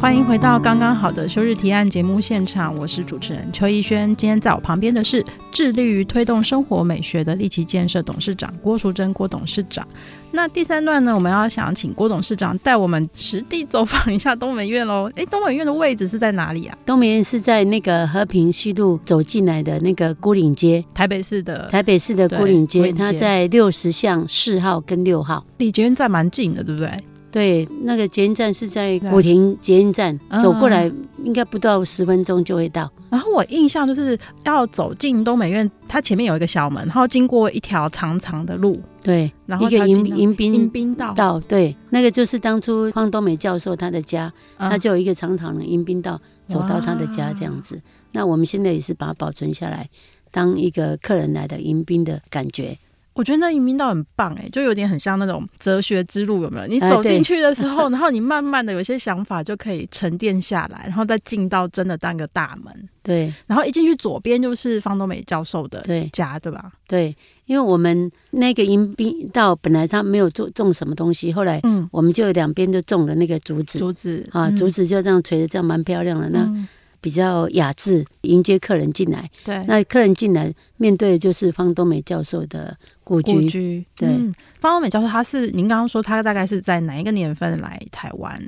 Speaker 1: 欢迎回到刚刚好的休日提案节目现场，我是主持人邱逸轩。今天在我旁边的是致力于推动生活美学的立奇建设董事长郭淑珍郭董事长。那第三段呢，我们要想请郭董事长带我们实地走访一下东门院喽。诶，东门院的位置是在哪里啊？
Speaker 2: 东门是在那个和平西路走进来的那个孤岭街，
Speaker 1: 台北市的
Speaker 2: 台北市的孤
Speaker 1: 对
Speaker 2: 岭
Speaker 1: 孤
Speaker 2: 街，
Speaker 1: 岭街
Speaker 2: 它在六十巷四号跟六号。
Speaker 1: 离捷运站蛮近的，对不对？
Speaker 2: 对，那个捷运站是在
Speaker 1: 对
Speaker 2: 古亭捷运站，
Speaker 1: 嗯
Speaker 2: 走过来应该不到十分钟就会到。
Speaker 1: 然后我印象就是要走进东美院，它前面有一个小门，然后经过一条长长的路，
Speaker 2: 对，
Speaker 1: 然后
Speaker 2: 一个
Speaker 1: 才进
Speaker 2: 迎
Speaker 1: 到
Speaker 2: 迎
Speaker 1: 迎
Speaker 2: 宾
Speaker 1: 宾道，
Speaker 2: 道，对，那个就是当初方东美教授他的家，
Speaker 1: 嗯
Speaker 2: 他就有一个长长的迎宾道，走到他的家这样子。那我们现在也是把它保存下来，当一个客人来的迎宾的感觉。
Speaker 1: 我觉得那迎宾道很棒哎、就有点很像那种哲学之路，有没有？你
Speaker 2: 哎
Speaker 1: 走进
Speaker 2: 对
Speaker 1: 去的时候，然后你慢慢的有些想法就可以沉淀下来，然后再进到真的当个大门，
Speaker 2: 对
Speaker 1: 然后一进去左边就是方东美教授的
Speaker 2: 对
Speaker 1: 家，对吧？
Speaker 2: 对，因为我们那个迎宾道本来他没有种种什么东西，后来
Speaker 1: 嗯，
Speaker 2: 我们就两边都种了那个竹子。
Speaker 1: 竹子
Speaker 2: 啊，
Speaker 1: 嗯
Speaker 2: 竹子就这样垂着，这样蛮漂亮的，那
Speaker 1: 嗯
Speaker 2: 比较雅致，迎接客人进来。
Speaker 1: 对
Speaker 2: 那客人进来，面对的就是方东美教授的故
Speaker 1: 故
Speaker 2: 居，
Speaker 1: 居
Speaker 2: 对
Speaker 1: 嗯方东美教授他是您刚刚说他大概是在哪一个年份来台湾？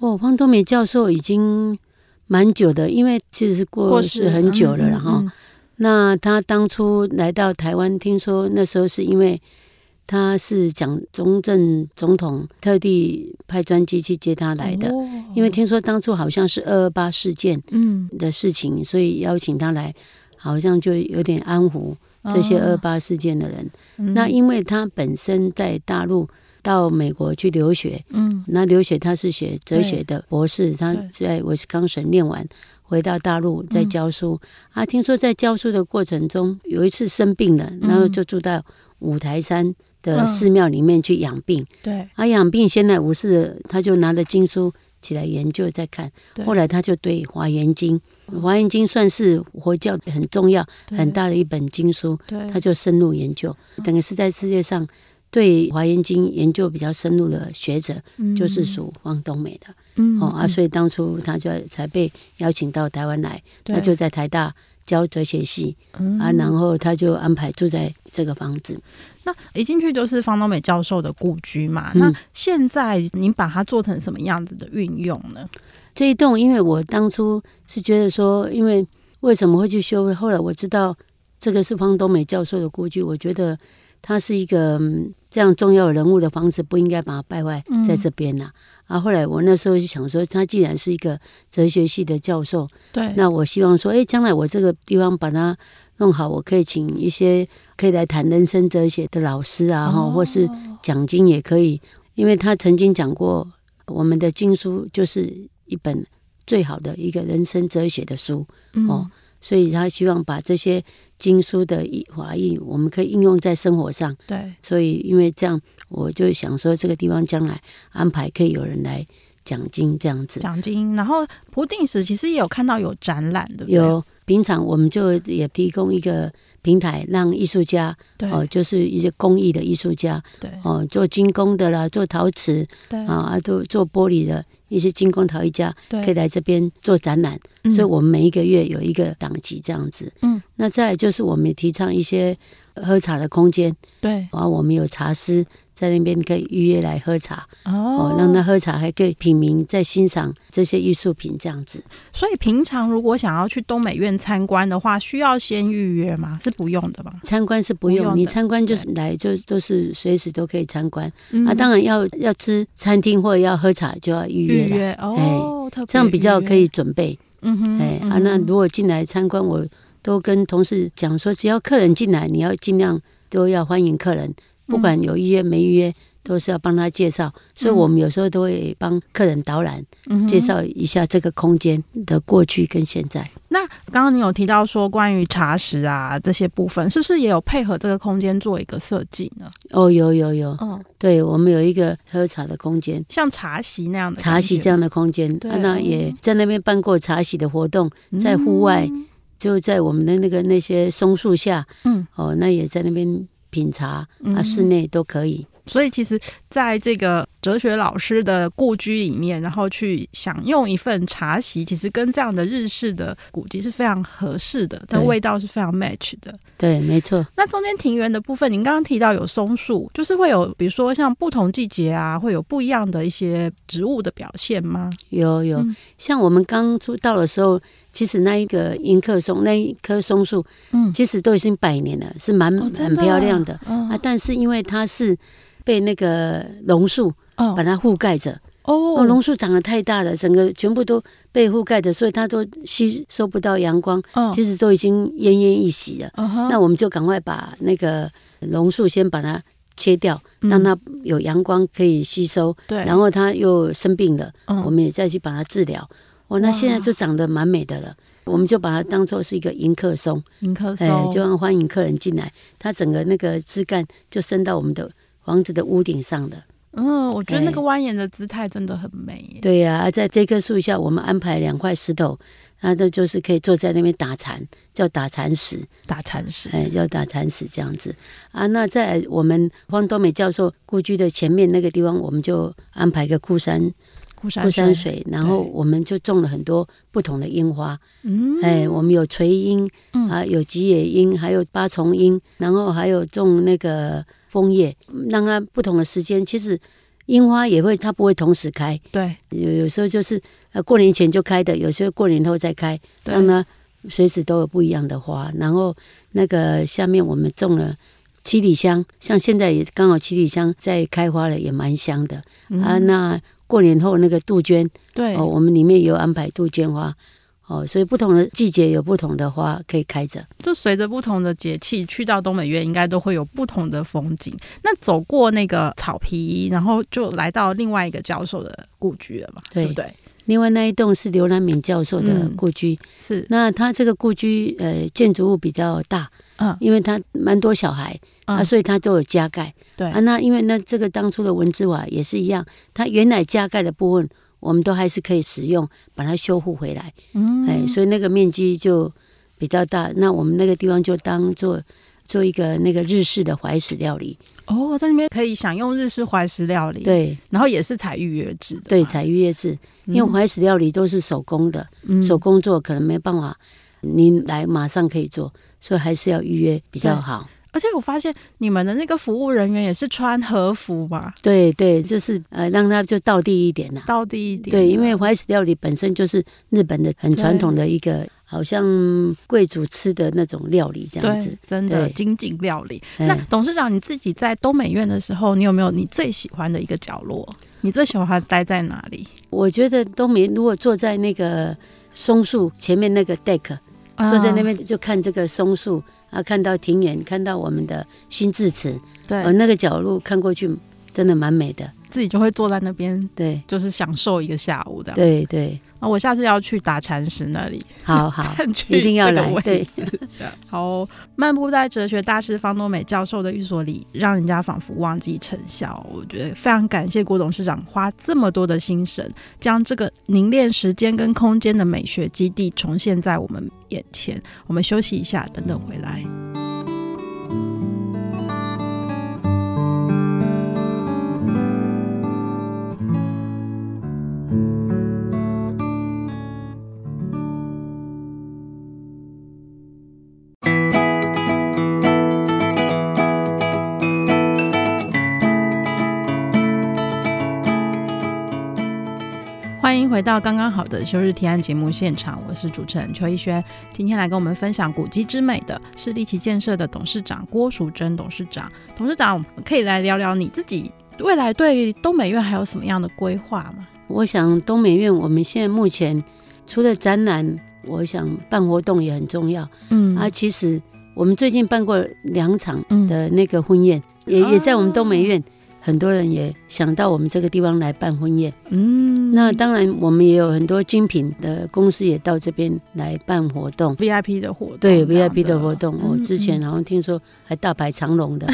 Speaker 2: 哦，方东美教授已经蛮久的，因为其实是过世很久了，然后、
Speaker 1: 嗯嗯
Speaker 2: 那他当初来到台湾，听说那时候是因为他是蒋中正总统特地派专机去接他来的，
Speaker 1: 哦
Speaker 2: 因为听说当初好像是二二八事件
Speaker 1: 嗯
Speaker 2: 的事情，所以邀请他来，好像就有点安抚这些二二
Speaker 1: 哦
Speaker 2: 八事件的人。
Speaker 1: 嗯
Speaker 2: 那因为他本身在大陆到美国去留学，
Speaker 1: 嗯
Speaker 2: 那刘雪她是学哲学的博士，她
Speaker 1: 对嗯
Speaker 2: 在威斯康省念完，回到大陆在教书。啊，听说在教书的过程中，有一次生病了，然
Speaker 1: 嗯
Speaker 2: 后就住到五台山的寺庙里面去养病。
Speaker 1: 对
Speaker 2: 啊，养病闲来无事，他就拿了经书起来研究在看。
Speaker 1: 对嗯
Speaker 2: 后来他就对《华严经》，《华严经》算是佛教很重要、
Speaker 1: 对
Speaker 2: 很大的一本经书，
Speaker 1: 对
Speaker 2: 他就深入研究，等于是在世界上。对《华严经》研究比较深入的学者，就是属方东美的、
Speaker 1: 嗯
Speaker 2: 哦啊，所以当初他就才被邀请到台湾来，他就在台大教哲学系、
Speaker 1: 嗯
Speaker 2: 啊，然后他就安排住在这个房子。
Speaker 1: 那一进去就是方东美教授的故居嘛。
Speaker 2: 嗯
Speaker 1: 那现在您把它做成什么样子的运用呢？
Speaker 2: 这一栋，因为我当初是觉得说，因为为什么会去修？后来我知道这个是方东美教授的故居，我觉得他是一个、嗯这样重要人物的房子，不应该把它败坏
Speaker 1: 嗯
Speaker 2: 在这边呐、啊，后来我那时候就想说，他既然是一个哲学系的教授，
Speaker 1: 对
Speaker 2: 那我希望说，哎，将来我这个地方把它弄好，我可以请一些可以来谈人生哲学的老师
Speaker 1: 哦
Speaker 2: 啊，哈、或是讲经也可以，因为他曾经讲过，我们的经书就是一本最好的一个人生哲学的书，
Speaker 1: 嗯
Speaker 2: 哦，所以他希望把这些经书的意华意，我们可以应用在生活上。
Speaker 1: 对
Speaker 2: 所以因为这样，我就想说，这个地方将来安排可以有人来讲经这样子。
Speaker 1: 奖金，然后不定时其实也有看到有展览，对不对？
Speaker 2: 有平常我们就也提供一个平台，让艺术家
Speaker 1: 对、
Speaker 2: 哦，就是一些工艺的艺术家
Speaker 1: 对
Speaker 2: 哦，做精工的啦，做陶瓷
Speaker 1: 对
Speaker 2: 啊，啊做做玻璃的一些精工陶艺家，
Speaker 1: 嗯对，
Speaker 2: 可以来这边做展览。
Speaker 1: 嗯
Speaker 2: 所以我们每一个月有一个档期这样子。
Speaker 1: 嗯，
Speaker 2: 那再来就是我们也提倡一些喝茶的空间，
Speaker 1: 对
Speaker 2: 然后我们有茶师在那边可以预约来喝茶
Speaker 1: 哦
Speaker 2: 哦，让他喝茶，还可以品茗，在欣赏这些艺术品这样子。
Speaker 1: 所以平常如果想要去东美院参观的话，需要先预约吗？是不用的吧？
Speaker 2: 参观是不
Speaker 1: 不
Speaker 2: 用，
Speaker 1: 用
Speaker 2: 你
Speaker 1: 的
Speaker 2: 参观就是来就都是随时都可以参观、
Speaker 1: 嗯
Speaker 2: 啊。当然要要吃餐厅或者要喝茶就要预
Speaker 1: 预
Speaker 2: 约了，
Speaker 1: 约哦，特别
Speaker 2: 这样比较
Speaker 1: 预约
Speaker 2: 可以，准备。
Speaker 1: 嗯哼，
Speaker 2: 哎、
Speaker 1: 嗯
Speaker 2: 啊，
Speaker 1: 哼
Speaker 2: 那如果进来参观，我都跟同事讲说，只要客人进来，你要尽量都要欢迎客人，不管有预约没预约。都是要帮他介绍，所以我们有时候都会帮客人导览，
Speaker 1: 嗯哼
Speaker 2: 介绍一下这个空间的过去跟现在。
Speaker 1: 那刚刚你有提到说关于茶食啊这些部分，是不是也有配合这个空间做一个设计呢？
Speaker 2: 哦，有有有，
Speaker 1: 嗯，
Speaker 2: 对我们有一个喝茶的空间，
Speaker 1: 像茶席那样的
Speaker 2: 茶席这样的空间，
Speaker 1: 对嗯
Speaker 2: 啊那也在那边办过茶席的活动，在户外就在我们的那个那些松树下，
Speaker 1: 嗯，
Speaker 2: 哦，那也在那边品茶
Speaker 1: 嗯
Speaker 2: 啊，室内都可以。
Speaker 1: 所以其实在这个哲学老师的故居里面，然后去享用一份茶席，其实跟这样的日式的古籍是非常合适的，但
Speaker 2: 对
Speaker 1: 味道是非常 match 的。
Speaker 2: 对，没错，
Speaker 1: 那中间庭园的部分，您刚刚提到有松树，就是会有比如说像不同季节啊，会有不一样的一些植物的表现吗？
Speaker 2: 有有，
Speaker 1: 嗯
Speaker 2: 像我们刚出道的时候，其实那一个迎客松那一棵松树，
Speaker 1: 嗯
Speaker 2: 其实都已经百年了，是蛮、
Speaker 1: 哦真
Speaker 2: 很
Speaker 1: 的啊
Speaker 2: 漂亮的、
Speaker 1: 嗯
Speaker 2: 啊，但是因为它是被那个榕树
Speaker 1: 哦
Speaker 2: 把它覆盖着。哦，
Speaker 1: 哦
Speaker 2: 榕树长得太大了，整个全部都被覆盖着，所以它都吸收不到阳光，
Speaker 1: 哦，
Speaker 2: 其实都已经奄奄一息了。
Speaker 1: 嗯哼
Speaker 2: 那我们就赶快把那个榕树先把它切掉，
Speaker 1: 嗯
Speaker 2: 让它有阳光可以吸收。
Speaker 1: 对，
Speaker 2: 然后它又生病了，
Speaker 1: 嗯
Speaker 2: 我们也再去把它治疗。哦，那现在就长得蛮美的了。我们就把它当做是一个迎客松，
Speaker 1: 迎客
Speaker 2: 哎、
Speaker 1: 松
Speaker 2: 就让欢迎客人进来。它整个那个枝干就伸到我们的房子的屋顶上了。
Speaker 1: 嗯，我觉得那个
Speaker 2: 哎
Speaker 1: 蜿蜒的姿态真的很美耶。
Speaker 2: 对呀、啊，在这棵树下，我们安排两块石头，那这就是可以坐在那边打禅，叫打禅石，
Speaker 1: 打禅师，
Speaker 2: 哎，叫打禅石这样子啊。那在我们方多美教授故居的前面那个地方，我们就安排个枯山
Speaker 1: 孤山
Speaker 2: 枯山
Speaker 1: 水，
Speaker 2: 水，然后
Speaker 1: 对
Speaker 2: 我们就种了很多不同的樱花，
Speaker 1: 嗯，
Speaker 2: 哎，我们有垂樱
Speaker 1: 嗯
Speaker 2: 啊，有吉野樱，还有八重樱，然后还有种那个枫叶，让它不同的时间，其实樱花也会它不会同时开。
Speaker 1: 对
Speaker 2: 有有时候就是呃过年前就开的，有时候过年后再开，
Speaker 1: 对，
Speaker 2: 让它随时都有不一样的花。然后那个下面我们种了七里香，像现在也刚好七里香在开花了，也蛮香的、啊。
Speaker 1: 嗯
Speaker 2: 那过年后那个杜鹃
Speaker 1: 对
Speaker 2: 哦，我们里面也有安排杜鹃花哦，所以不同的季节有不同的花可以开着。
Speaker 1: 就随着不同的节气，去到东北月应该都会有不同的风景。那走过那个草皮，然后就来到另外一个教授的故居了嘛，
Speaker 2: 对
Speaker 1: 对不对？
Speaker 2: 另外那一栋是刘兰敏教授的
Speaker 1: 嗯
Speaker 2: 故居，
Speaker 1: 是，
Speaker 2: 那他这个故居呃建筑物比较大，
Speaker 1: 嗯
Speaker 2: 因为他蛮多小孩。
Speaker 1: 嗯
Speaker 2: 啊，，所以它都有加盖
Speaker 1: 对
Speaker 2: 啊。那因为那这个当初的文字瓦也是一样，它原来加盖的部分，我们都还是可以使用，把它修复回来。
Speaker 1: 嗯
Speaker 2: 哎，所以那个面积就比较大。那我们那个地方就当做做一个那个日式的怀石料理，
Speaker 1: 哦，在那边可以享用日式怀石料理，，
Speaker 2: 对
Speaker 1: 然后也是采预约制的嘛，
Speaker 2: 对，采预约制，
Speaker 1: 嗯，
Speaker 2: 因为怀石料理都是手工的，
Speaker 1: 嗯
Speaker 2: 手工做可能没办法，您来马上可以做，所以还是要预约比较
Speaker 1: 对
Speaker 2: 好。
Speaker 1: 而且我发现你们的那个服务人员也是穿和服嘛，
Speaker 2: 对对，就是呃，让它就到地一点啦、
Speaker 1: 到地一点，
Speaker 2: 对，因为怀石料理本身就是日本的很传统的一个，好像贵族吃的那种料理这样子
Speaker 1: 对。，真的
Speaker 2: 对
Speaker 1: 精进料理。
Speaker 2: 哎
Speaker 1: 那董事长你自己在东美院的时候，你有没有你最喜欢的一个角落？你最喜欢待在哪里？
Speaker 2: 我觉得东明如果坐在那个松树前面那个 deck，、坐
Speaker 1: 啊
Speaker 2: 在那边就看这个松树啊，看到庭园，看到我们的新智池，
Speaker 1: 对，
Speaker 2: 呃，那个角落看过去真的蛮美的。
Speaker 1: 自己就会坐在那边，
Speaker 2: 对
Speaker 1: 就是享受一个下午这样。
Speaker 2: 对对，
Speaker 1: 啊，我下次要去打禅师那里，
Speaker 2: 好
Speaker 1: [LAUGHS]
Speaker 2: 好，
Speaker 1: 占据
Speaker 2: 一定要
Speaker 1: 那个
Speaker 2: 来
Speaker 1: 位。
Speaker 2: 对，
Speaker 1: 好哦、漫步在哲学大师方多美教授的寓所里，让人家仿佛忘记尘嚣。我觉得非常感谢郭董事长花这么多的心神，将这个凝练时间跟空间的美学基地重现在我们眼前。我们休息一下，等等回来。欢迎回到刚刚好的休日提案节目现场，我是主持人邱逸轩。今天来跟我们分享古迹之美的是立奇建设的董事长郭淑珍董事长。董事长，我们可以来聊聊你自己未来对东美院还有什么样的规划吗？
Speaker 2: 我想东美院我们现在目前除了展览，我想办活动也很重要。
Speaker 1: 嗯
Speaker 2: 啊，其实我们最近办过两场
Speaker 1: 嗯
Speaker 2: 的那个婚宴，也
Speaker 1: 哦
Speaker 2: 也在我们东美院，很多人也想到我们这个地方来办婚宴。
Speaker 1: 嗯
Speaker 2: 那当然，我们也有很多精品的公司也到这边来办活动。
Speaker 1: VIP 的活动这
Speaker 2: 对
Speaker 1: 样子，
Speaker 2: VIP 的活动，我、
Speaker 1: 嗯
Speaker 2: 之前好像听说还大排长龙的。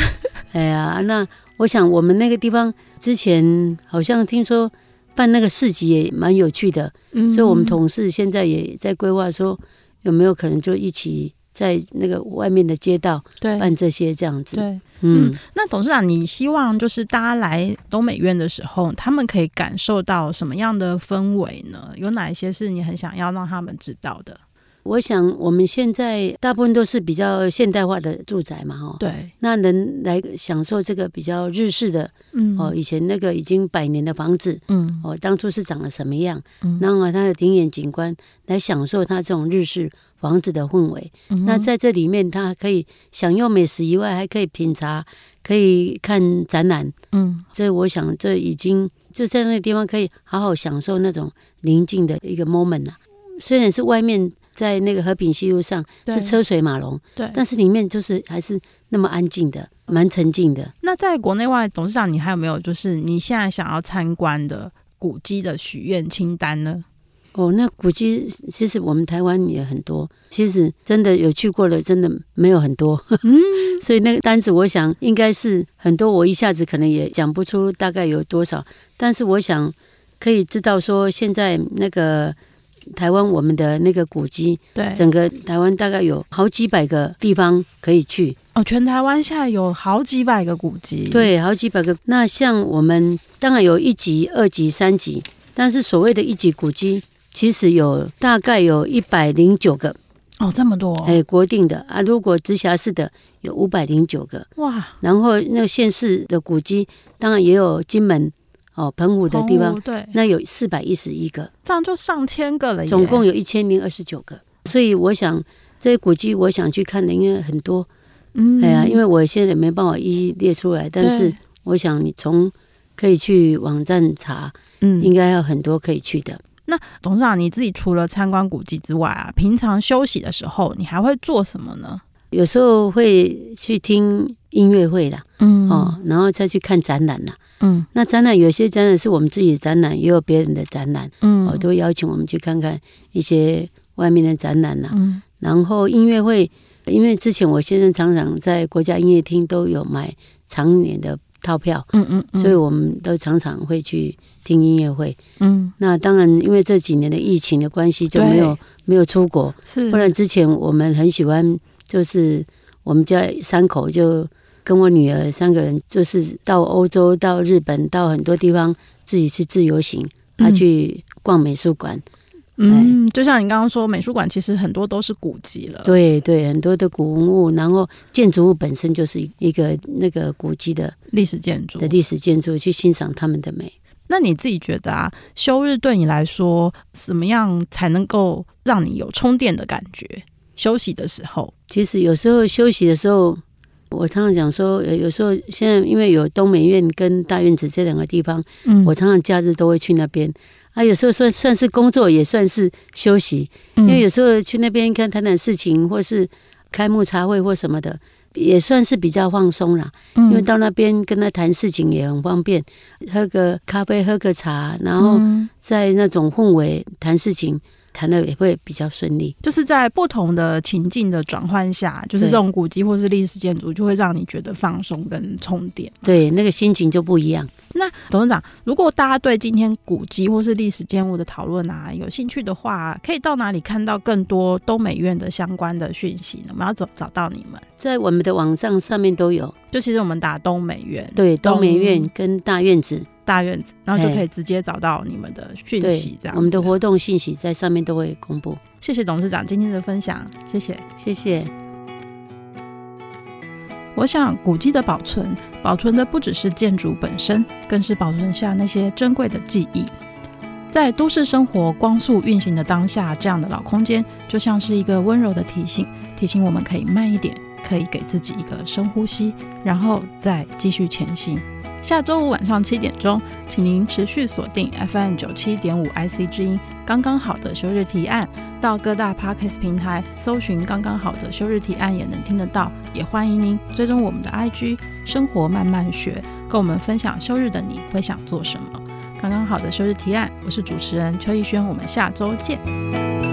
Speaker 2: 哎呀，那我想我们那个地方之前好像听说办那个市集也蛮有趣的，
Speaker 1: 嗯
Speaker 2: 所以我们同事现在也在规划说，有没有可能就一起在那个外面的街道
Speaker 1: 对
Speaker 2: 办这些这样子。
Speaker 1: 对。
Speaker 2: 嗯
Speaker 1: 嗯，那董事长，你希望就是大家来东美院的时候，他们可以感受到什么样的氛围呢？有哪一些是你很想要让他们知道的？
Speaker 2: 我想我们现在大部分都是比较现代化的住宅嘛，哈。
Speaker 1: 对，
Speaker 2: 那能来享受这个比较日式的
Speaker 1: 嗯
Speaker 2: 哦，以前那个已经百年的房子
Speaker 1: 嗯
Speaker 2: 哦，当初是长得什么样，
Speaker 1: 嗯
Speaker 2: 然后它的庭园景观来享受它这种日式房子的氛围。
Speaker 1: 嗯
Speaker 2: 那在这里面，它可以享用美食以外，还可以品茶，可以看展览。
Speaker 1: 嗯
Speaker 2: 这我想，这已经就在那个地方可以好好享受那种宁静的一个 moment 啊。虽然是外面在那个和平西路上
Speaker 1: 对
Speaker 2: 是车水马龙，
Speaker 1: 对。
Speaker 2: 但是里面就是还是那么安静的，蛮沉静的。
Speaker 1: 那在国内外，董事长，你还有没有就是你现在想要参观的古迹的许愿清单呢？
Speaker 2: 哦，那古迹其实我们台湾也很多，其实真的有去过的，真的没有很多。 [LAUGHS] 所以那个单子，我想应该是很多，我一下子可能也讲不出大概有多少。但是我想可以知道说，现在那个台湾我们的那个古迹，
Speaker 1: 对
Speaker 2: 整个台湾大概有好几百个地方可以去，
Speaker 1: 哦，全台湾现在有好几百个古迹。，
Speaker 2: 对，好几百个。那像我们当然有一级、二级、三级，但是所谓的一级古迹，其实有大概有一百零九个，
Speaker 1: 哦，这么多、
Speaker 2: 哎、国定的啊。如果直辖市的有五百零九个，
Speaker 1: 哇，
Speaker 2: 然后那个县市的古迹，当然也有金门哦、澎湖的地
Speaker 1: 澎湖
Speaker 2: 方，
Speaker 1: 对，
Speaker 2: 那有四百一十一个，
Speaker 1: 这样就上千个了耶，
Speaker 2: 总共有一千零二十九个。所以我想，这些古迹我想去看的应该很多。
Speaker 1: 嗯，
Speaker 2: 哎呀，因为我现在也没办法一一列出来，但
Speaker 1: 对
Speaker 2: 是我想你从可以去网站查，
Speaker 1: 嗯，
Speaker 2: 应该有很多可以去的。
Speaker 1: 董事长你自己除了参观古迹之外啊，平常休息的时候你还会做什么呢？
Speaker 2: 有时候会去听音乐会啦，
Speaker 1: 嗯
Speaker 2: 哦，然后再去看展览啦。
Speaker 1: 嗯
Speaker 2: 那展览有些展览是我们自己的展览，也有别人的展览，
Speaker 1: 嗯，
Speaker 2: 我、哦、都邀请我们去看看一些外面的展览啦。
Speaker 1: 嗯
Speaker 2: 然后音乐会，因为之前我先生常常在国家音乐厅都有买常年的套票，
Speaker 1: 嗯嗯嗯，
Speaker 2: 所以我们都常常会去听音乐会。
Speaker 1: 嗯
Speaker 2: 那当然，因为这几年的疫情的关系，就没有没有出国。
Speaker 1: 嗯是
Speaker 2: 不然之前我们很喜欢，就是我们家三口就跟我女儿三个人，就是到欧洲、到日本、到很多地方自己去自由行，啊，
Speaker 1: 嗯
Speaker 2: 去逛美术馆。
Speaker 1: 嗯，就像你刚刚说，美术馆其实很多都是古迹了，
Speaker 2: 对对，很多的古文物，然后建筑物本身就是一个那个古迹的
Speaker 1: 历史建筑
Speaker 2: 的。历史建筑，去欣赏他们的美。
Speaker 1: 那你自己觉得啊，休日对你来说，怎么样才能够让你有充电的感觉？休息的时候，
Speaker 2: 其实有时候休息的时候，我常常讲说，有有时候现在因为有东美院跟大院子这两个地方，
Speaker 1: 嗯
Speaker 2: 我常常假日都会去那边。啊，有时候算算是工作，也算是休息，
Speaker 1: 嗯
Speaker 2: 因为有时候去那边看谈谈事情，或是开幕茶会或什么的，也算是比较放松啦。
Speaker 1: 嗯
Speaker 2: 因为到那边跟他谈事情也很方便，喝个咖啡，喝个茶，然后
Speaker 1: 嗯
Speaker 2: 在那种氛围谈事情，谈的也会比较顺利。
Speaker 1: 就是在不同的情境的转换下，就是这种古迹或是历史建筑，就会让你觉得放松跟充电。
Speaker 2: 对，那个心情就不一样。
Speaker 1: 那董事长，如果大家对今天古迹或是历史建物的讨论啊有兴趣的话，可以到哪里看到更多东美院的相关的讯息呢？我们要找找到你们，
Speaker 2: 在我们的网站上面都有，
Speaker 1: 就其实我们打东美院
Speaker 2: 对，
Speaker 1: 懂
Speaker 2: 东美院跟大院子，
Speaker 1: 大院子，然后就
Speaker 2: 哎
Speaker 1: 可以直接找到你们的讯
Speaker 2: 对
Speaker 1: 息。这，样子，
Speaker 2: 我们的活动信息在上面都会公布。
Speaker 1: 谢谢董事长今天的分享，谢谢。
Speaker 2: 谢谢。
Speaker 1: 我想，古迹的保存，保存的不只是建筑本身，更是保存下那些珍贵的记忆。在都市生活光速运行的当下，这样的老空间就像是一个温柔的提醒，提醒我们可以慢一点，可以给自己一个深呼吸，然后再继续前行。下周五晚上七点钟，请您持续锁定 FM 九七点五 IC 之音，刚刚好的休日提案。到各大 podcast 平台搜寻“刚刚好的休日提案”也能听得到，也欢迎您追踪我们的 IG“ 生活慢慢学”，跟我们分享休日的你会想做什么。刚刚好的休日提案，我是主持人邱逸轩，我们下周见。